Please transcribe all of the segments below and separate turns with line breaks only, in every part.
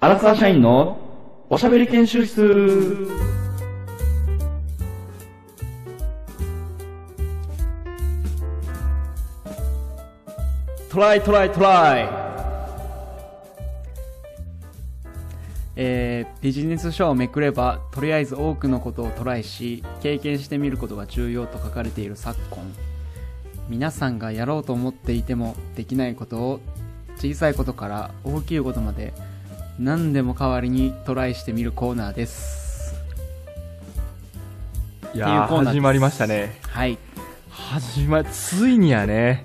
荒沢社員のおしゃべり研修室。トライトライトライ。
えービジネス書をめくればとりあえず多くのことをトライし経験してみることが重要と書かれている昨今皆さんがやろうと思っていてもできないことを小さいことから大きいことまで何でも代わりにトライしてみるコーナーです
い
っていう
や
コーナ
ー
ーです
始まりましたね
はい
始まついにやね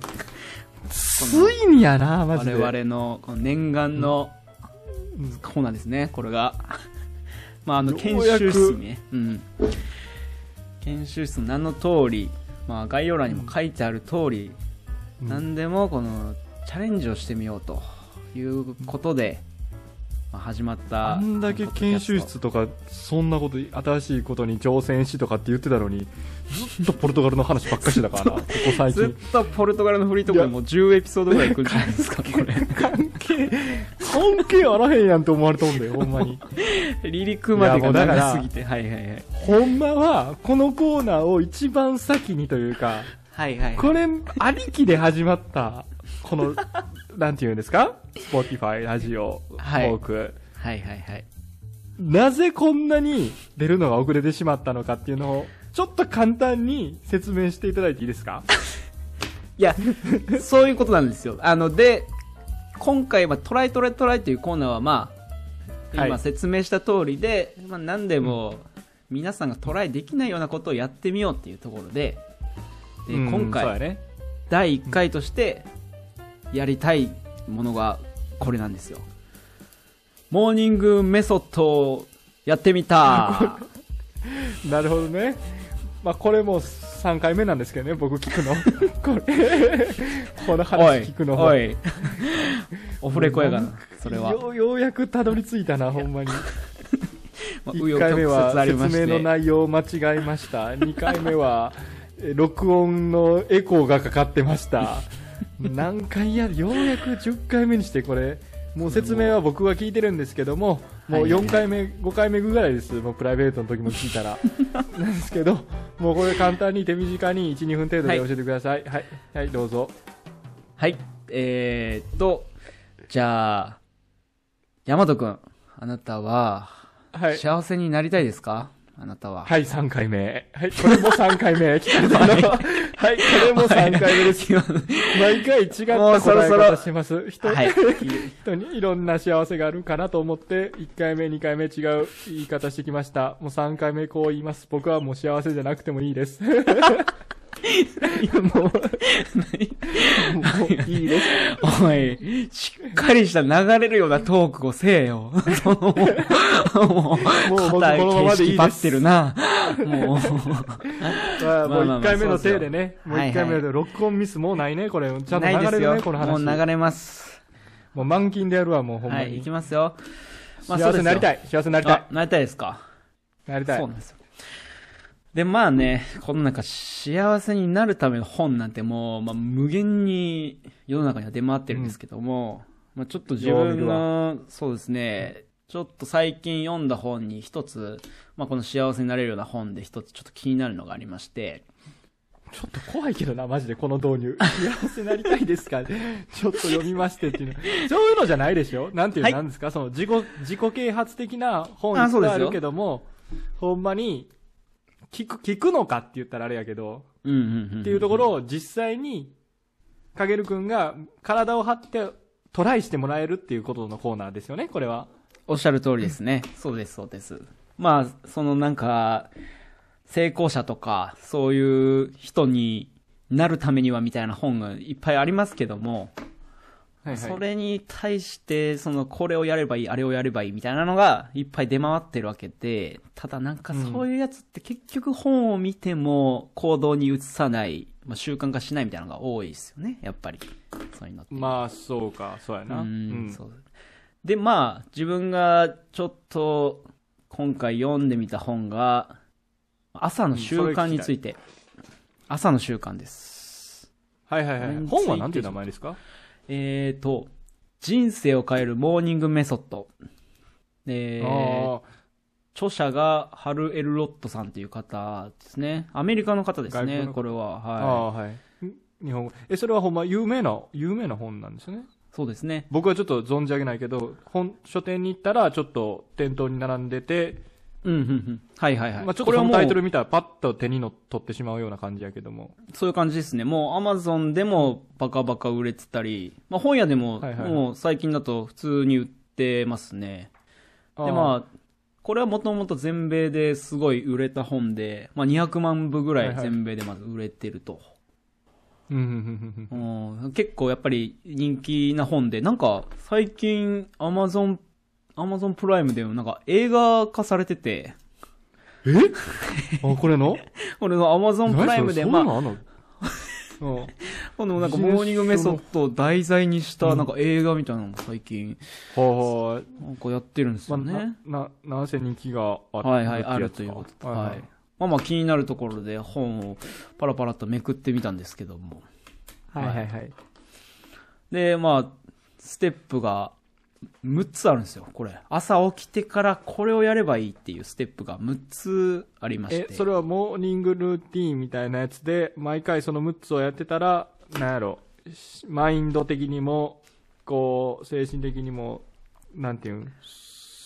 ついにやなマ
我
ジで
々のこの念願のコーナーですねこれが まああの
よ
研
うや
修
く
室にねうん研修室の名の通りまあ概要欄にも書いてある通り、
うん
何でもこのチャレンジをしてみようということで、まあ、始まった
あんだけ研修室とかそんなこと新しいことに挑戦しとかって言ってたのにずっとポルトガルの話ばっかしだ からなここ最
ず
近
っとポルトガルのフリートークでもう10エピソードぐらい来るじゃないですか これ
関係関係あらへんやんって思われとんだよほんまに
離陸までが
いやもうだから
長すぎてはいはいはい
ほんまはこのコーナーを一番先にというか
はいはい
これありきで始まったこのなんて言うんですか Spotify ラジオト
はい
ーク、
はいはいはい
なぜこんなに出るのが遅れてしまったのかっていうのを、ちょっと簡単に説明していただいていいです か
いや、 そういうことなんですよ。あの、で、今回はトライトライトライというコーナーは、まあ、
はい
今説明した通りで、まあ、何でも皆さんがトライできないようなことをやってみようっていうところで、で
うん
今
そうや
回、
ね。
第1回として、やりたいものがこれなんですよ。モーニングメソッドをやってみ た
なるほどね。まあ、これも3回目なんですけどね、僕聞 くの。これ、 この
お
話
い
聞く、の。
お い、オフレコやがな、それは。
ようようやくたどり着いたな、ほんまに。
まあ
1回目
紆余
は
曲折ありまして
説明の内容を間違えま した。2回目は、え録音のエコーがかかってました。何回や、ようやく10回目にしてこれ、もう説明は僕は聞いてるんですけども、もう
はいはい
4回目、5回目ぐらいです。もうプライベートの時も聞い たら。なんですけど、もうこれ簡単に手短に1、2分程度で教えてください。はい、はい、どうぞ。
はい。えー、っと、じゃあ、ヤマトくん、あなたは、
はい。
幸せになりたいですかあなたは。
はい、3回目。はい、これも3 回目。来たのはい、これも3回目です。
今の
毎回違った
もうそろ
答え
そろ
方してます。人
はい。
人にいろんな幸せがあるかなと思って、1回目、2回目違う言い方してきました。もう3回目こう言います。僕はもう幸せじゃなくてもい いです。もう、もういいです。
おい、しっかりした流れるようなトークをせえよ。その もう、
もう
もう、
僕
硬い
こ
形
のままでいいです
式ばってるな。もう、
まあ、もう
まあまあ
1回目のせいでね。
ま
も
あ
う
まあそうですよ
1回目で録音ミスもうないね。これ、ちゃんと
ない
流
で
れ
す
る
よ
ね、この。
もう
話。
流れます。
もう満金でやるわ、もうほんま
はい、い
に
き。ますよ。
幸せになりた
い。
い。幸せになりたい
あ。、なりたいですか
なりたい
そう。なんですよ。で、まあね、このなんか幸せになるための本なんてもう、まあ無限に世の中には出回ってるんですけども、まあちょっと自
よう見
分
る
の、そうですね、ちょっと最近読んだ本に一つ、まあこの幸せになれるような本で一つちょっと気になるのがありまして、
ちょっと怖いけどな、マジで、この導入。幸せなりたいですか ちょっと読みましてっていうの。そういうのじゃないでしょなんていう、
はい
なんですかその、自己、自己啓発的な本
あ
い
そ
っ
うで
ぱい
すよ
あるけども、ほんまに、聞く、聞くのかって言ったらあれやけど、
うんうんうん。
っていうところを実際に、かげるくんが体を張ってトライしてもらえるっていうことのコーナーですよね、これは。
おっしゃる通りですね。そうです、そうです。まあ、そのなんか、成功者とか、そういう人になるためにはみたいな本がいっぱいありますけども、
はいはい。
それに対して、その、これをやればいい、あれをやればいいみたいなのがいっぱい出回ってるわけで、ただなんかそういうやつって結局本を見ても行動に移さない、まあ、習慣化しないみたいなのが多いですよね、やっぱり。そういうのって。
まあ、そうか、そうやな。
うん、そう。で、まあ、自分がちょっと、今回読んでみた本が、朝の習慣について。朝の習慣です。
はいはいは
これにつ
い。
いて
本はなんていう名前ですか
えーと、人生を変えるモーニングメソッドっで、
あ
著者がハル・エルロットさんという方ですね。アメリカの方です
外国
ね、
の
これは。
あ、
は
はい、はい。日本語。え、それはほんま、有名な、有名な本なんですよね。
い。そうですね。
僕はちょっと存じ上げないけど、本、書店に行ったら、ちょっと店頭に並んでて、
うん、うん、うん。はいはいはい。
まあちょっ
ことれは
その
もう
タイトル見たら、パッと手にの取ってしまうような感じやけども。
そういう感じですね。もうアマゾンでもバカバカ売れてたり、まあ本屋でも、
はいはいはい
もう最近だと普通に売ってますね。でまあ、これはもともと全米ですごい売れた本で、まあ200万部ぐら
はい
い
はい
全米でまず売れてると。
あー、うん、うんうん、うん。
うん結構やっぱり人気な本で、なんか最近アマゾン、アマゾンプライムでもなんか映画化されてて、
えあ、これの
これのアマゾンプライムで、まあ、
あ、 うんは
このなんかモーニングメソッドを題材にしたなんか映画みたいなのも最近
あは
なんかやってるんです
あ
よ
まあ
ね。
な、な、なぜ人気があって
はいはい、ある
やつか
ということで。
は
はいい。まあまあ気になるところで本をパラパラっとめくってみたんですけども。
はいはいはい。
で、まあ、ステップが6つあるんですよ、これ。朝起きてからこれをやればいいっていうステップが6つありまし
え
て。、
それはモーニングルーティーンみたいなやつで、毎回その6つをやってたら、なんやろ、しマインド的にも、こう、精神的にも、なんていうん、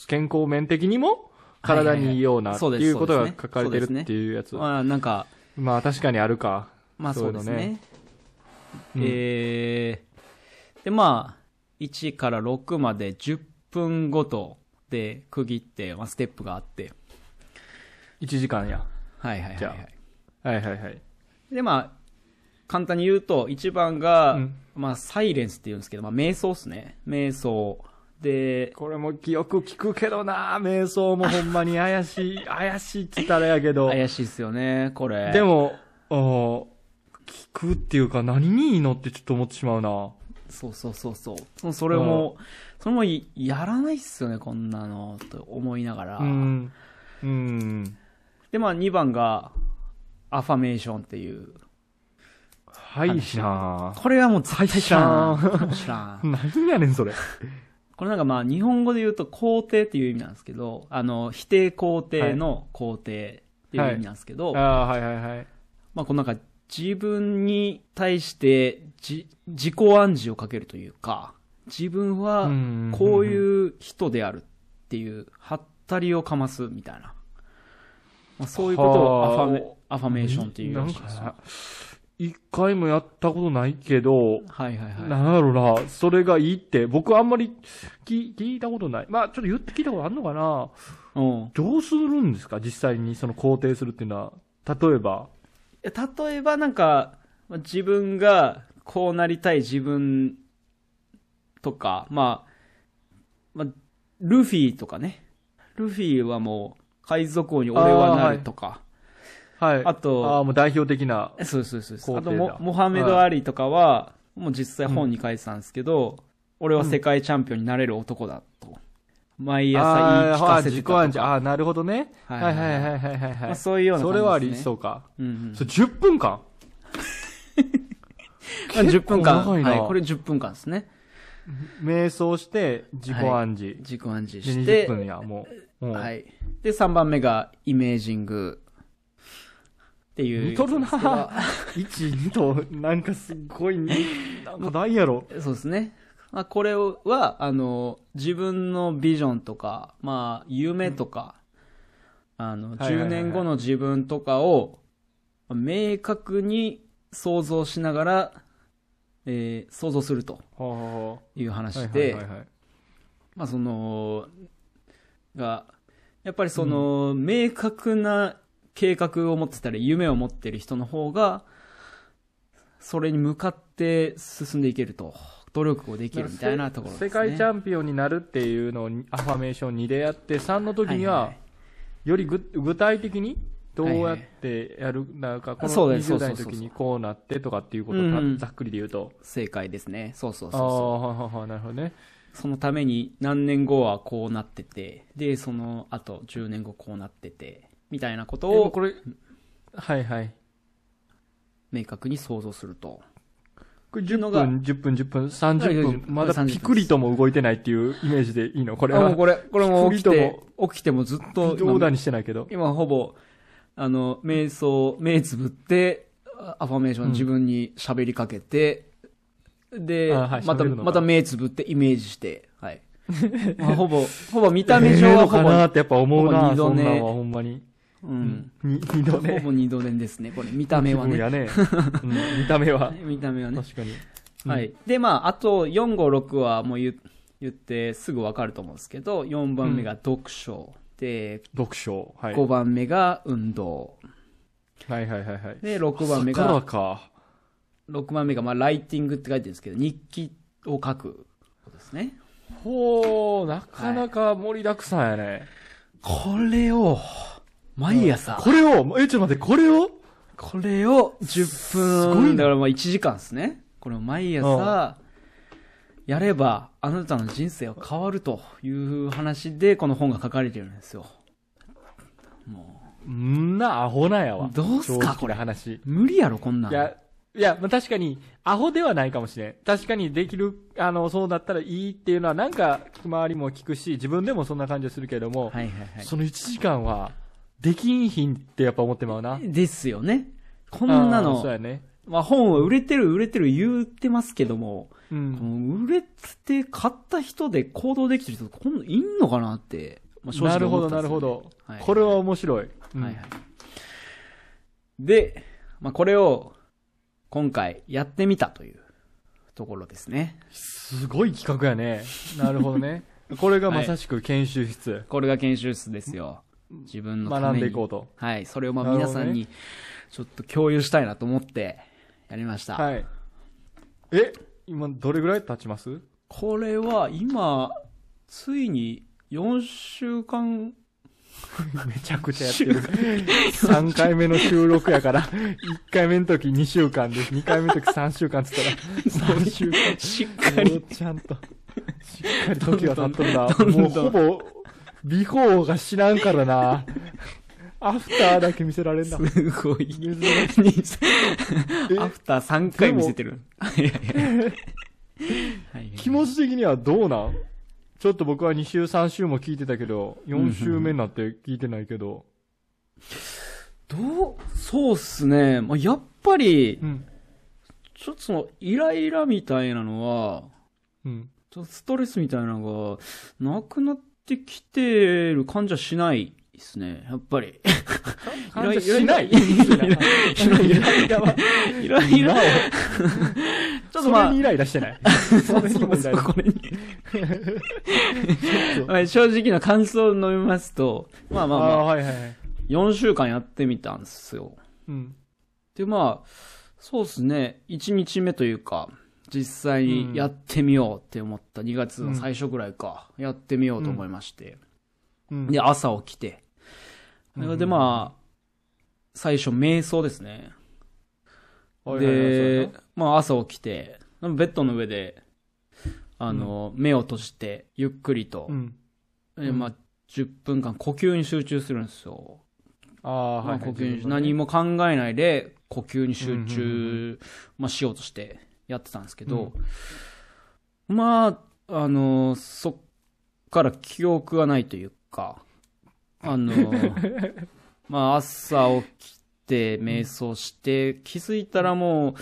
健康面的にも、体にいいような、
はいはいはい
っていう
そう
こ
ですそう
とが
です
書
ね
かれてるっていうやつ。
まあなんか、
まあ確かにあるか。
まあそうですね。
そういうのうん
えーで、まあ、1から6まで10分ごとで区切って、まあ、ステップがあって。
1時間や。
はいはいはい、
じ
は
ゃはいはいはい。
い。で、まあ、簡単に言うと、1番が、
うん
まあ、サイレンスって言うんですけど、まあ、瞑想ですね。瞑想。で、
これもよく聞くけどな瞑想もほんまに怪しい、怪しいって言ったらやけど。
怪しいですよね、これ。
でも、あー聞くっていうか何にいいのってちょっと思ってしまうな
そうそうそうそう。そのそれも、それもいやらないっすよね、こんなの、と思いながら。
うん。うん。
で、まあ2番が、アファメーションっていう。
はいしな
これはもう絶対知らん。
最
知らん。
何やねんそれ。
これなんかまあ日本語で言うと肯定っていう意味なんですけど、あの、否定肯定の肯定っていう意味なんですけど、
ああ、はいはいはい。
まあこのなんか自分に対してじ自己暗示をかけるというか、自分は
うん
こういう人であるっていう、はったりをかますみたいな。まあ、そういうことをアファメ
は
アファメーションっていう
な
ら
ん
しいですよ
か、一回もやったことないけ
は
ど、
いはいはい。
なんやろな、それがいいって、僕あんまり聞聞いたことない。まあちょっと言って聞いたことあんのかな
うん。
どうするんですか実際にその肯定するっていうのは。例えば。
例えばなんかまあ自分がこうなりたい自分とか、まあ、まあ、ルフィとかね。ルフィはもう海賊王に俺はなるとか。
はい。
あ,、と、
ああ、もう代表的な。
そうですそうですそうです。
皇
あ
帝だ
とモ、モハメド・アリとかは、もう実際本に書いてたんですけど、俺は世界チャンピオンになれる男だと。毎朝言い聞かせてたと
あーはい自己暗示
か。
あー、なるほどね。は
はいい
は
はいい
は
はいい
はいはい、は
ま
い
あ、そういうような感
そ
じです、ね。
れはありそうか。
うんうん。
それ10分間
まあ10分間。
結構長いな
はい。これ10分間ですね。
瞑想して自己暗示。
自己暗示
で
し
20
て、
分や、もう。うん
はい。で、3番目が、イメージング。っていう。
似とるな 1、2と、なんかすっごい、なんかないやろ。
そうですね。まあ、これは、あの、自分のビジョンとか、まあ、夢とか、あの、
はいはいはい
10
はい
年後の自分とかを、明確に想像しながら、えー想像すると
ほうほ
いう
うほう
話
はい
で
はい、はいはい
まあ、その、が、やっぱりその、明確な計画を持ってたり、夢を持ってる人の方が、それに向かって進んでいけると、努力をできるみたいなところですね。
世界チャ
ン
ンピオンになるっていうのをアファメーション2でやって、3の時に
はい
は
はい、
よりぐ具体的にどうやってやる、なんかこの
そうです
20代の
そうそうそ
時
うそ
に
う
こうなってとかっていうことをざ
うんうん
ざっくりで言うと。
正解ですね。そうそう
あ
そ
あ
うそ
はははなるほどね。
う。そのために何年後はこうなってて、で、その後10年後こうなってて、みたいなこと
でも
を
これ、はいはい。
明確に想像すると。
これ
ていう
10
のが
分、10分、10分、30
はい
分、まだ
30
ピクリとも動いてないっていうイメージでいいのこれ
あもう
は。
これ、これも起き
一
て
人、
起きてもずっと
どうだ
今、
にしてないけど。
今ほぼ、あの、瞑想、目つぶって、あアファメーショ
う
ン
ん
自分に喋りかけて、で、
あはい
また、
喋るのか
また目つぶってイメージして、 はい。まあほぼ、ほぼ見た目上
ええ
は
の
ほ
か
ぼ、
なってやっぱ思う
ほぼ
な、
二
そ
度
ん
寝
なんはほんまに。
う。。
うんに二度
ほ
ね。
ぼ二度練ですね、これ。見た目は
気分
ね。
やね。うん見た目は。
見た目はね。
確かに。うん
はい。で、まあ、あと4、5、6はもう言言ってすぐわかると思うんですけど、4番目が読書。で、
読書。はい。
5番目が運動。
はいはいはいはい。
で、6番目
朝
が、
からか。
6番目が、まあ、ライティングって書いてるんですけど、日記を書くことですね。
ほう、なかなか盛りだくさんやね。
これを、毎朝、
これを、え、ちょっと待って、これを
これを10分、
すごいな
だからまあ1時間ですね。これを毎朝、やれば、あなたの人生は変わるという話で、この本が書かれてるんですよ。も
んな、アホなやわ。
どうすか
正直な
これ、
話。いう
無理やろ、こんなん。
や、いや、まあ、確かに、アホではないかもしれん。確かにできる、あの、そうだったらいいっていうのは、なんか、周りも聞くし、自分でもそんな感じはするけども、
はいはい
その1時間は、できんひんってやっぱ思ってまうな
は。い。ですよね。こんな
あーそう
の、
やね。
まあ本は売れてる売れてる言ってますけども、
うん。
もう売れて買った人で行動できてる人、こんないんのかなって、まあ正
な
直
るほ
思っ
ど、
たんで
な
すよね
るほど。
はい
これは面白い。うん
はいはい。で、まあ、これを今回やってみたというところですね。
すごい企画やね。なるほどね。これがまさしく研修室。
これが研修室ですよ。自分のために
学んでいこうと。
はい。それをまあ
なる
皆
ほど
さ
ね
んにちょっと共有したいなと思ってやりました。
はい。え、今、どれぐらい経ちます
これは今、ついに4週間、
めちゃくちゃやってる。3回目の収録やから、1回目の時2週間です。2回目の時3週間って言ったら、3週間。
しっかり
もうちゃんと、しっかり時が経っとるな。
どんどん
もうほぼ、ビフォーが知らんからな。アフターだけ見せられんな。
すごい。
珍し
アフター3回見せてる。はいはいはいはい。
気持ち的にはどうなんちょっと僕は2週3週も聞いてたけど、4週目になって聞いてないけど。
どうそうっすね。まあ、やっぱり
う、ん。
ちょっとその、イライラみたいなのは、
うん。
ちょっとストレスみたいなのが、なくなってきてる感じはしないですね。やっぱ り。
感謝しない
イライライライラは、イライラ。ちょっと
そ
ま
れ
あ
に、イライラしてない。
そう
れに
そうそう
イライラ
これに。 まあ正直な感想を述べますと、まあ
あ
まあ
あ、
まあ、
はいはいはい。
4週間やってみたんですよ。
うん。
で、まあ、そうですね、1日目というか、実際にやってみようって思った、2月の最初ぐらいか、やってみようと思いまして。
うん
で、朝起きて。
うん
で、まあ、最初、瞑想ですね。
はいはいはいそうや
で
な、
まあ、朝起きて、ベッドの上で、あの、目を閉じて、ゆっくりと
う、ん。
えまあ、10分間呼吸に集中するんですよ。
ああ、
ま
は
あ
いはい。
呼吸に
自分のね
何も考えないで呼吸に集
うんうん
中、まあ、しようとしてやってたんですけど、まああのそっから記憶がないというかあの まあ朝起きて瞑想して気づいたらもう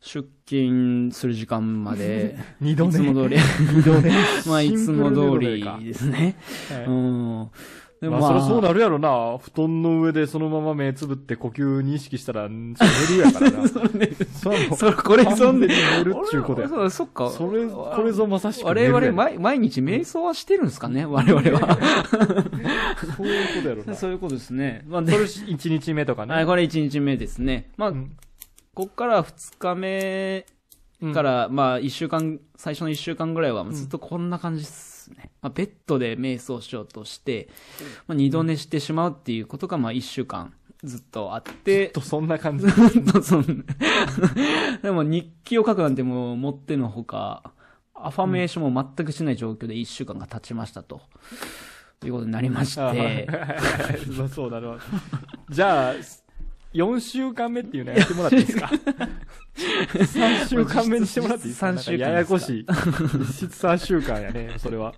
出勤する時間ま で
二度
いつも
ね。
通り。
二度ね
まあいつも通
シンプル二度
り
ね
ですね。
かはい
うんで
まあ、
まあ
そりゃそうなるやろな。布団の上でそのまま目つぶって呼吸に意識したら、それ寝るやからな。それはも う
そこれそんで
完全に寝るっちゅうこと や
あ。そうそっか。
それ、これぞまさしく寝る
我
や。
々毎、毎日瞑想はしてるんですかね我々は。
そういうことやろな。そ
そういうことですね。まあ、で、
れ1日目とかね。
はい、これ1日目ですね。まあ、
うん
こっから2日目から、まあ、1週間、最初の1週間ぐらいは、ずっとこんな感じですね。まあ、ベッドで瞑想しようとして、まあ、二度寝してしまうっていうことが、まあ、1週間ずっとあって、
とそんな感じ。
ずっと そんなでも日記を書くなんてもう持ってのほか、アファメーションも全くしない状況で1週間が経ちましたと。ということになりまし
ああ
て、
はいまあそうだろう。じゃあ、 4週間目っていうのやってもらっていい ですか3週間目にしてもらっていいですか
実質
なんかややこしい実質3週間やねそれは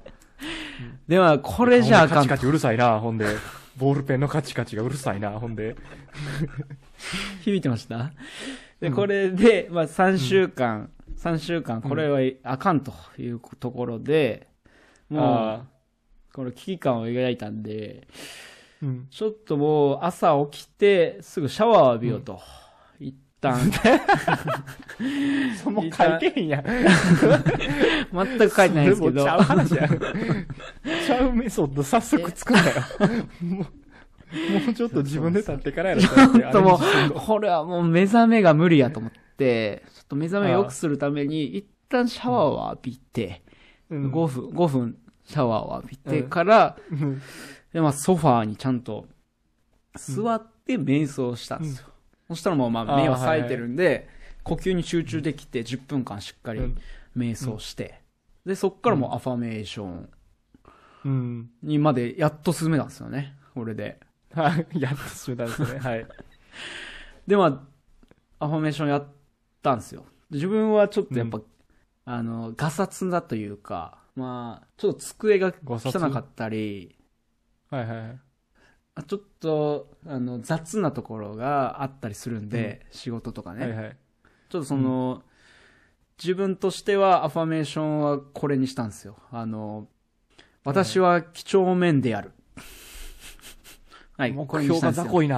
では、これじゃあか
カ
ん
チ。カチうるさいなほんでボールペンのカチカチがうるさいなほんで
響いてましたで、
うん
これで、まあ、3週間、3週間、これはあかんというところで、も
あ
う、この危機感を描いたんで、
ーうん
ちょっともう、朝起きて、すぐシャワーを浴びようと。一旦、
もう書いてへんやん
全く書いてないんですけ
それも
ど
ち、ゃう話やん ちゃうメソッド早速作んな よもうもうちょっと自分で立ってからやろち
ちょっともう、これはもう目覚めが無理やと思って、ちょっと目覚めを良くするために、一旦シャワーを浴びて、
うん
5分、5分シャワーを浴びて
うん
から、
うん
で、まあ、ソファーにちゃんと座って瞑想したんですよ。そしたらもう、まあ、
あー
目は冴えてるんで、呼吸に集中できて、10分間しっかり瞑想して、で、そっからもうアファメーション
うん
にまでやっと進めたんですよね。これで。
はいやっと進めたんですねはい
で、まあ、アファメーションやったんですよ。で自分はちょっとやっぱ、あの、ガサツだというか、まあ、ちょっと机が汚
ガサツ
かったり、
はいはいはい
あちょっと、あの、雑なところがあったりするんで、仕事とかね。
はいはい
ちょっとその、自分としてはアファメーションはこれにしたんですよ。あの、私は几帳面である。はい、こ
目
れに
標
したんです
が雑
よ。
魚い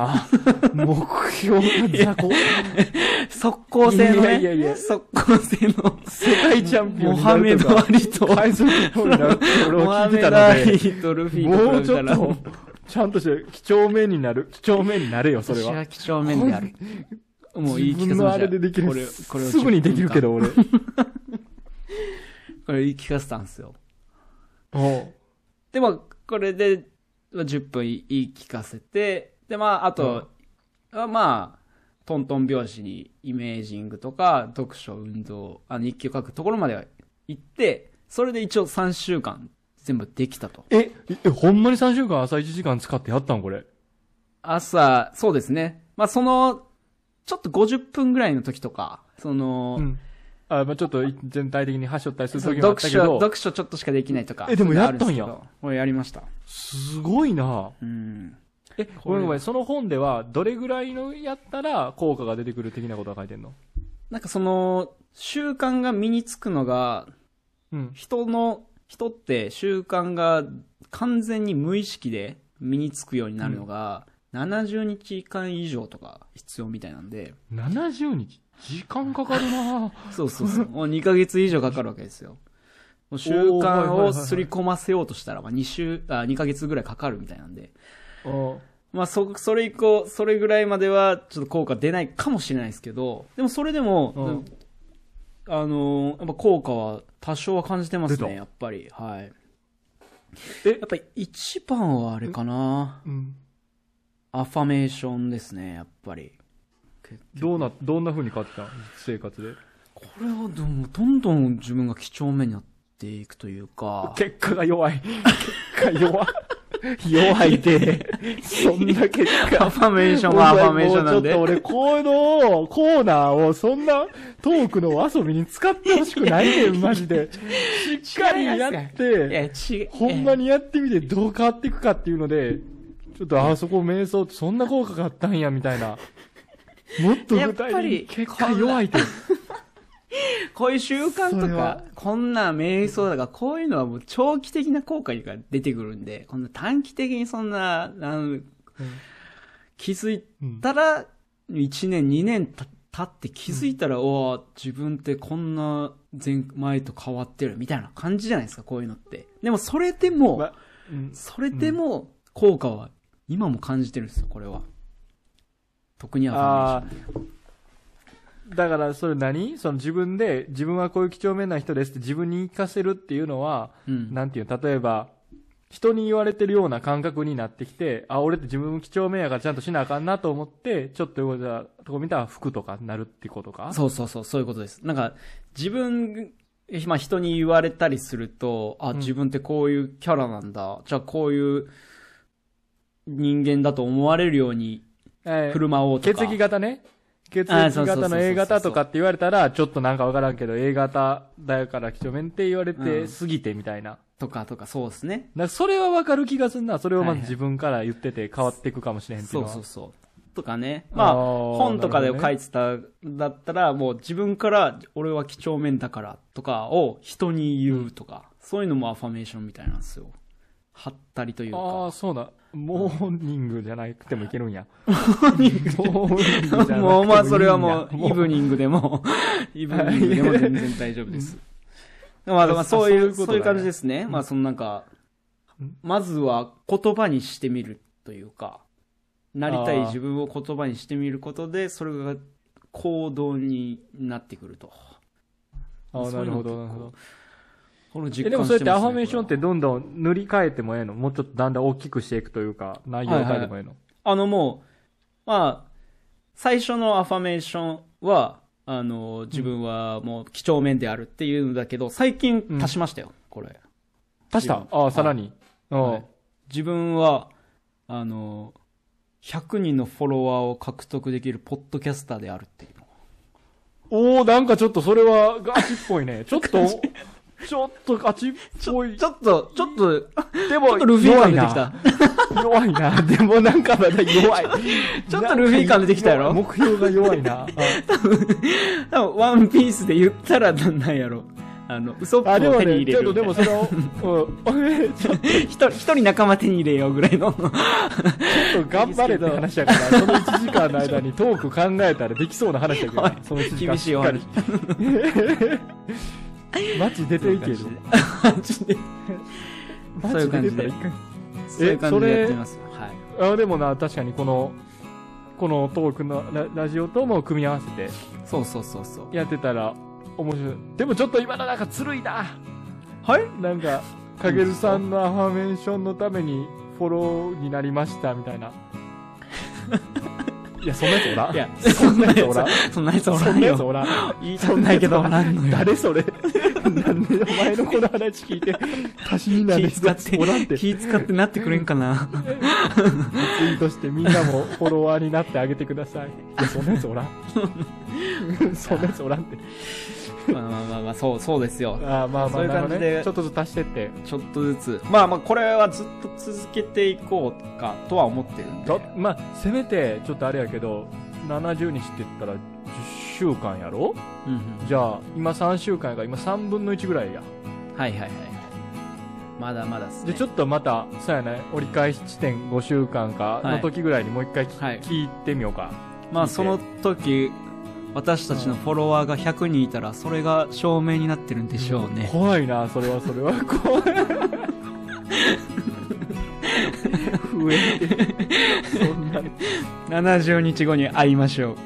な。目標が雑魚。
速攻性の
いやいやい
ね、
や
速攻性の、
世界チャンピオ
モ
ンにな
ハメ
ると
ド・ア
か。
リと、
海賊のようになるって俺
モ
を
ハ
聞いて
メ
た
ド・ア
ので。
リとルフィ
も
と
う
比
ち
べた
ょっ
ら、
と、ちゃんとして、几帳面になる。几帳面になれよ、それ
私
は。
は几帳面である。もういい
自
聞か
分
せ
の
ま
あ
した
れ
よ
でできる
これ、これを
すぐにできるけど、俺。
10分間。これ言い聞かせたんですよ。
おう
で、まあ、これで、まあ10分言い聞かせて、で、まあ、あと、あまあ、トントン拍子にイメージングとか、読書、運動、あ日記を書くところまでは行って、それで一応3週間全部できたと。
え、え、ほんまに3週間朝1時間使ってやったんこれ。
朝、そうですね。まあ、その、ちょっと50分ぐらいの時とか、その、
うん。あ、まあちょっと全体的に端折ったりする
そう
時もあっ
読
たけ
書、
ど、
読書ちょっとしかできないとか。
えでもやったんや
そういうのあるですけど。もうやりました。
すごいな
うん。
え、
れ
ごめんごめん、その本では、どれぐらいのやったら効果が出てくる的なことが書いてんの
なんかその、習慣が身につくのが、
うん。
人の、人って習慣が完全に無意識で身につくようになるのが、70日間以上とか必要みたいなんで、
70日時間かかるな
そうそうそう。もう2ヶ月以上かかるわけですよ。もう習慣を刷り込ませようとしたら、まあ2週、あ、2ヶ月ぐらいかかるみたいなんで。
お
まあそ、それ以降、それぐらいまではちょっと効果出ないかもしれないですけど、でもそれでも、
うん
あのーやっぱ効果は多少は感じてます
出た
ね、やっぱり。はい。
え
やっぱり一番はあれかな。
うん。
アファメーションですね、やっぱり。
どうな、どんな風に変わってたの生活で。
これはでも、どんどん自分が几帳面になっていくというか、
結果が弱い。結果弱い。 弱いで。そんな結果。
アファメーションはアファメーションなんで
もう。ちょっと俺、このコーナーをそんなトークの遊びに使ってほしくないねん、マ ジで。しっかりやっ
いや、
て、
違う。
ほんま
に。
にやってみてどう変わっていくかっていうので、ちょっとあそこ瞑想ってそんな効果があったんや、みたいな。もっと具
やっぱ
体
り
に結果弱いと。
こういう習慣
そ
と
れは
か、こんな瞑想だから、こういうのはもう長期的な効果が出てくるんで、こんな短期的にそんな、あの気づい
うん
たら、1年、2年た経って気づいたら、おー自分ってこんな前前と変わってるみたいな感じじゃないですか、こういうのって。でも、それでも、
まうん
それでも、効果は、今も感じてるんですよ、これは。特には
ああだからそれ何その自分で自分はこういう几帳面な人ですって自分に言い聞かせるっていうのは、
うん
なんていうの例えば人に言われてるような感覚になってきてあ俺って自分も几帳面やからちゃんとしなあかんなと思ってちょっと動いたとこ見たら服とかになるってことか
そうそうそう、そういうことです。なんか、自分、まあ人に言われたりすると、あ、
ん
自分ってこういうキャラなんだ。じゃあこういう人間だと思われるように
えー
車をと
血
か。
液型ね。血
あー
液
そうそうそうそう
型
そう
の A 型とかって言われたら、ちょっとなんかわからんけど、A 型だから几帳面って言われ
う
て
ん
過ぎてみたいな。
とかとか、そうですね。
なんかそれはわかる気がするな。それをま
はい
ず
はい
自分から言ってて変わっていくかもしれへんってい
そうう
のは。
そうそう。とかね。まあ、
あー
本とかで
なるほ
書
ど
い
ね
てた、だったら、もう自分から、俺は几帳面だからとかを人に言うとか、そういうのもアファメーションみたいなんですよ。はったりという
ああ、
か。
そうだ。モーニングじゃなくてもいけるんや。モーニングじゃなくていいんや。
もう、まあ、それはもう、イ
う
ブニングで も、イブニングでも全然大丈夫です。まあ、まあそういう、
そういうことだね
そういう感じですね。まあ、そのなんか、まずは言葉にしてみるというか、なりたい自分を言葉にしてみることで、それが行動になってくると。
ああ、
そ
な
ういう
る
の
ほ
結構
ど、なるほど。
この実感してます、
え、でもそうやってアファメーションってどんどん塗り替えてもええのもうちょっとだんだん大きくしていくというか、内容を変えてもええの、
あのもう、まあ、最初のアファメーションは、あの、自分はもう、几帳面であるっていうのだけど、最近足しましたよ、これ。
足したああ、さらに。うん
はい自分は、あの、100人のフォロワーを獲得できるポッドキャスターであるっていうの。
おおなんかちょっとそれはガチっぽい ね。ちょっと、ちょっとガチっぽい。
ょっと、ちょっと、ちょ
でも
っとルフィ
弱
感
い
出て
な
きた。
弱いな。でもなんかまだ弱い。
ちょっとルフィ感出てきたやろ
目標が弱いな。
多分ワンピースで言ったらなんなんやろ。あの、ウソ
あ、
ッ
あで
プを
も
手に入
ね、
れ
ちょ
る
っと
みた
で
いな。
もそれを、うん、ちょっ
一人、一人仲間手に入れようぐらい の。
と頑張れって話やから、その1時間の間にトーク考えたらできそうな話やけど
はい
ね、その1時間
厳 しいお
か
話
り。 マジ出ていける。マ
そういう感
ジ出て
じ
た
で
らいかん
そういう感じでやってます。はい。
あでもな確かにこのこのトークのララジオとも組み合わせて
そうそうそうそう。
やってたら面白いでもちょっと今のなんかつるいな
はい
なんかかげるさんのアファメーションのためにフォローになりましたみたいな いやそんなやつおらん
いや、
そ
そ
ん
ん
な
な
や
や
つ
つ
おらん
そんなやつお
そ
ら
ん
ん
なやつ
よ。
おらん
言いたくないけどおらんのよ。
誰それなんでお前のこの話聞い て足しになる
気
や
使っ、
つおらんっててツイ
気使ってなってくれんかな。
ートしてみんなもフォロワーになってあげてくださいいやそんなやつおら んそんなやつおらんって
まあまあまあまあ、そう、そうですよ。
あーまあまあ
そういう感じで
なるほどねちょっとずつ足してって
ちょっとずつ。まあまあ、これはずっと続けていこうかとは思ってるんで。
だまあせめてちょっとあれやけど70にしてったら10週間やろ
うんうん
じゃあ今3週間やから今3分の1ぐらいや
はいはいはい。まだまだっす
じ
ね
ゃあちょっとまたそうやね折り返し地点5週間かの時ぐらいにもう一回き、
はい
聞いてみようか
まあ、その時、私たちのフォロワーが100人いたら、それが証明になってるんでしょうね。
怖いなそれはそれは 怖い 増えてそんな
70日後に会いましょう。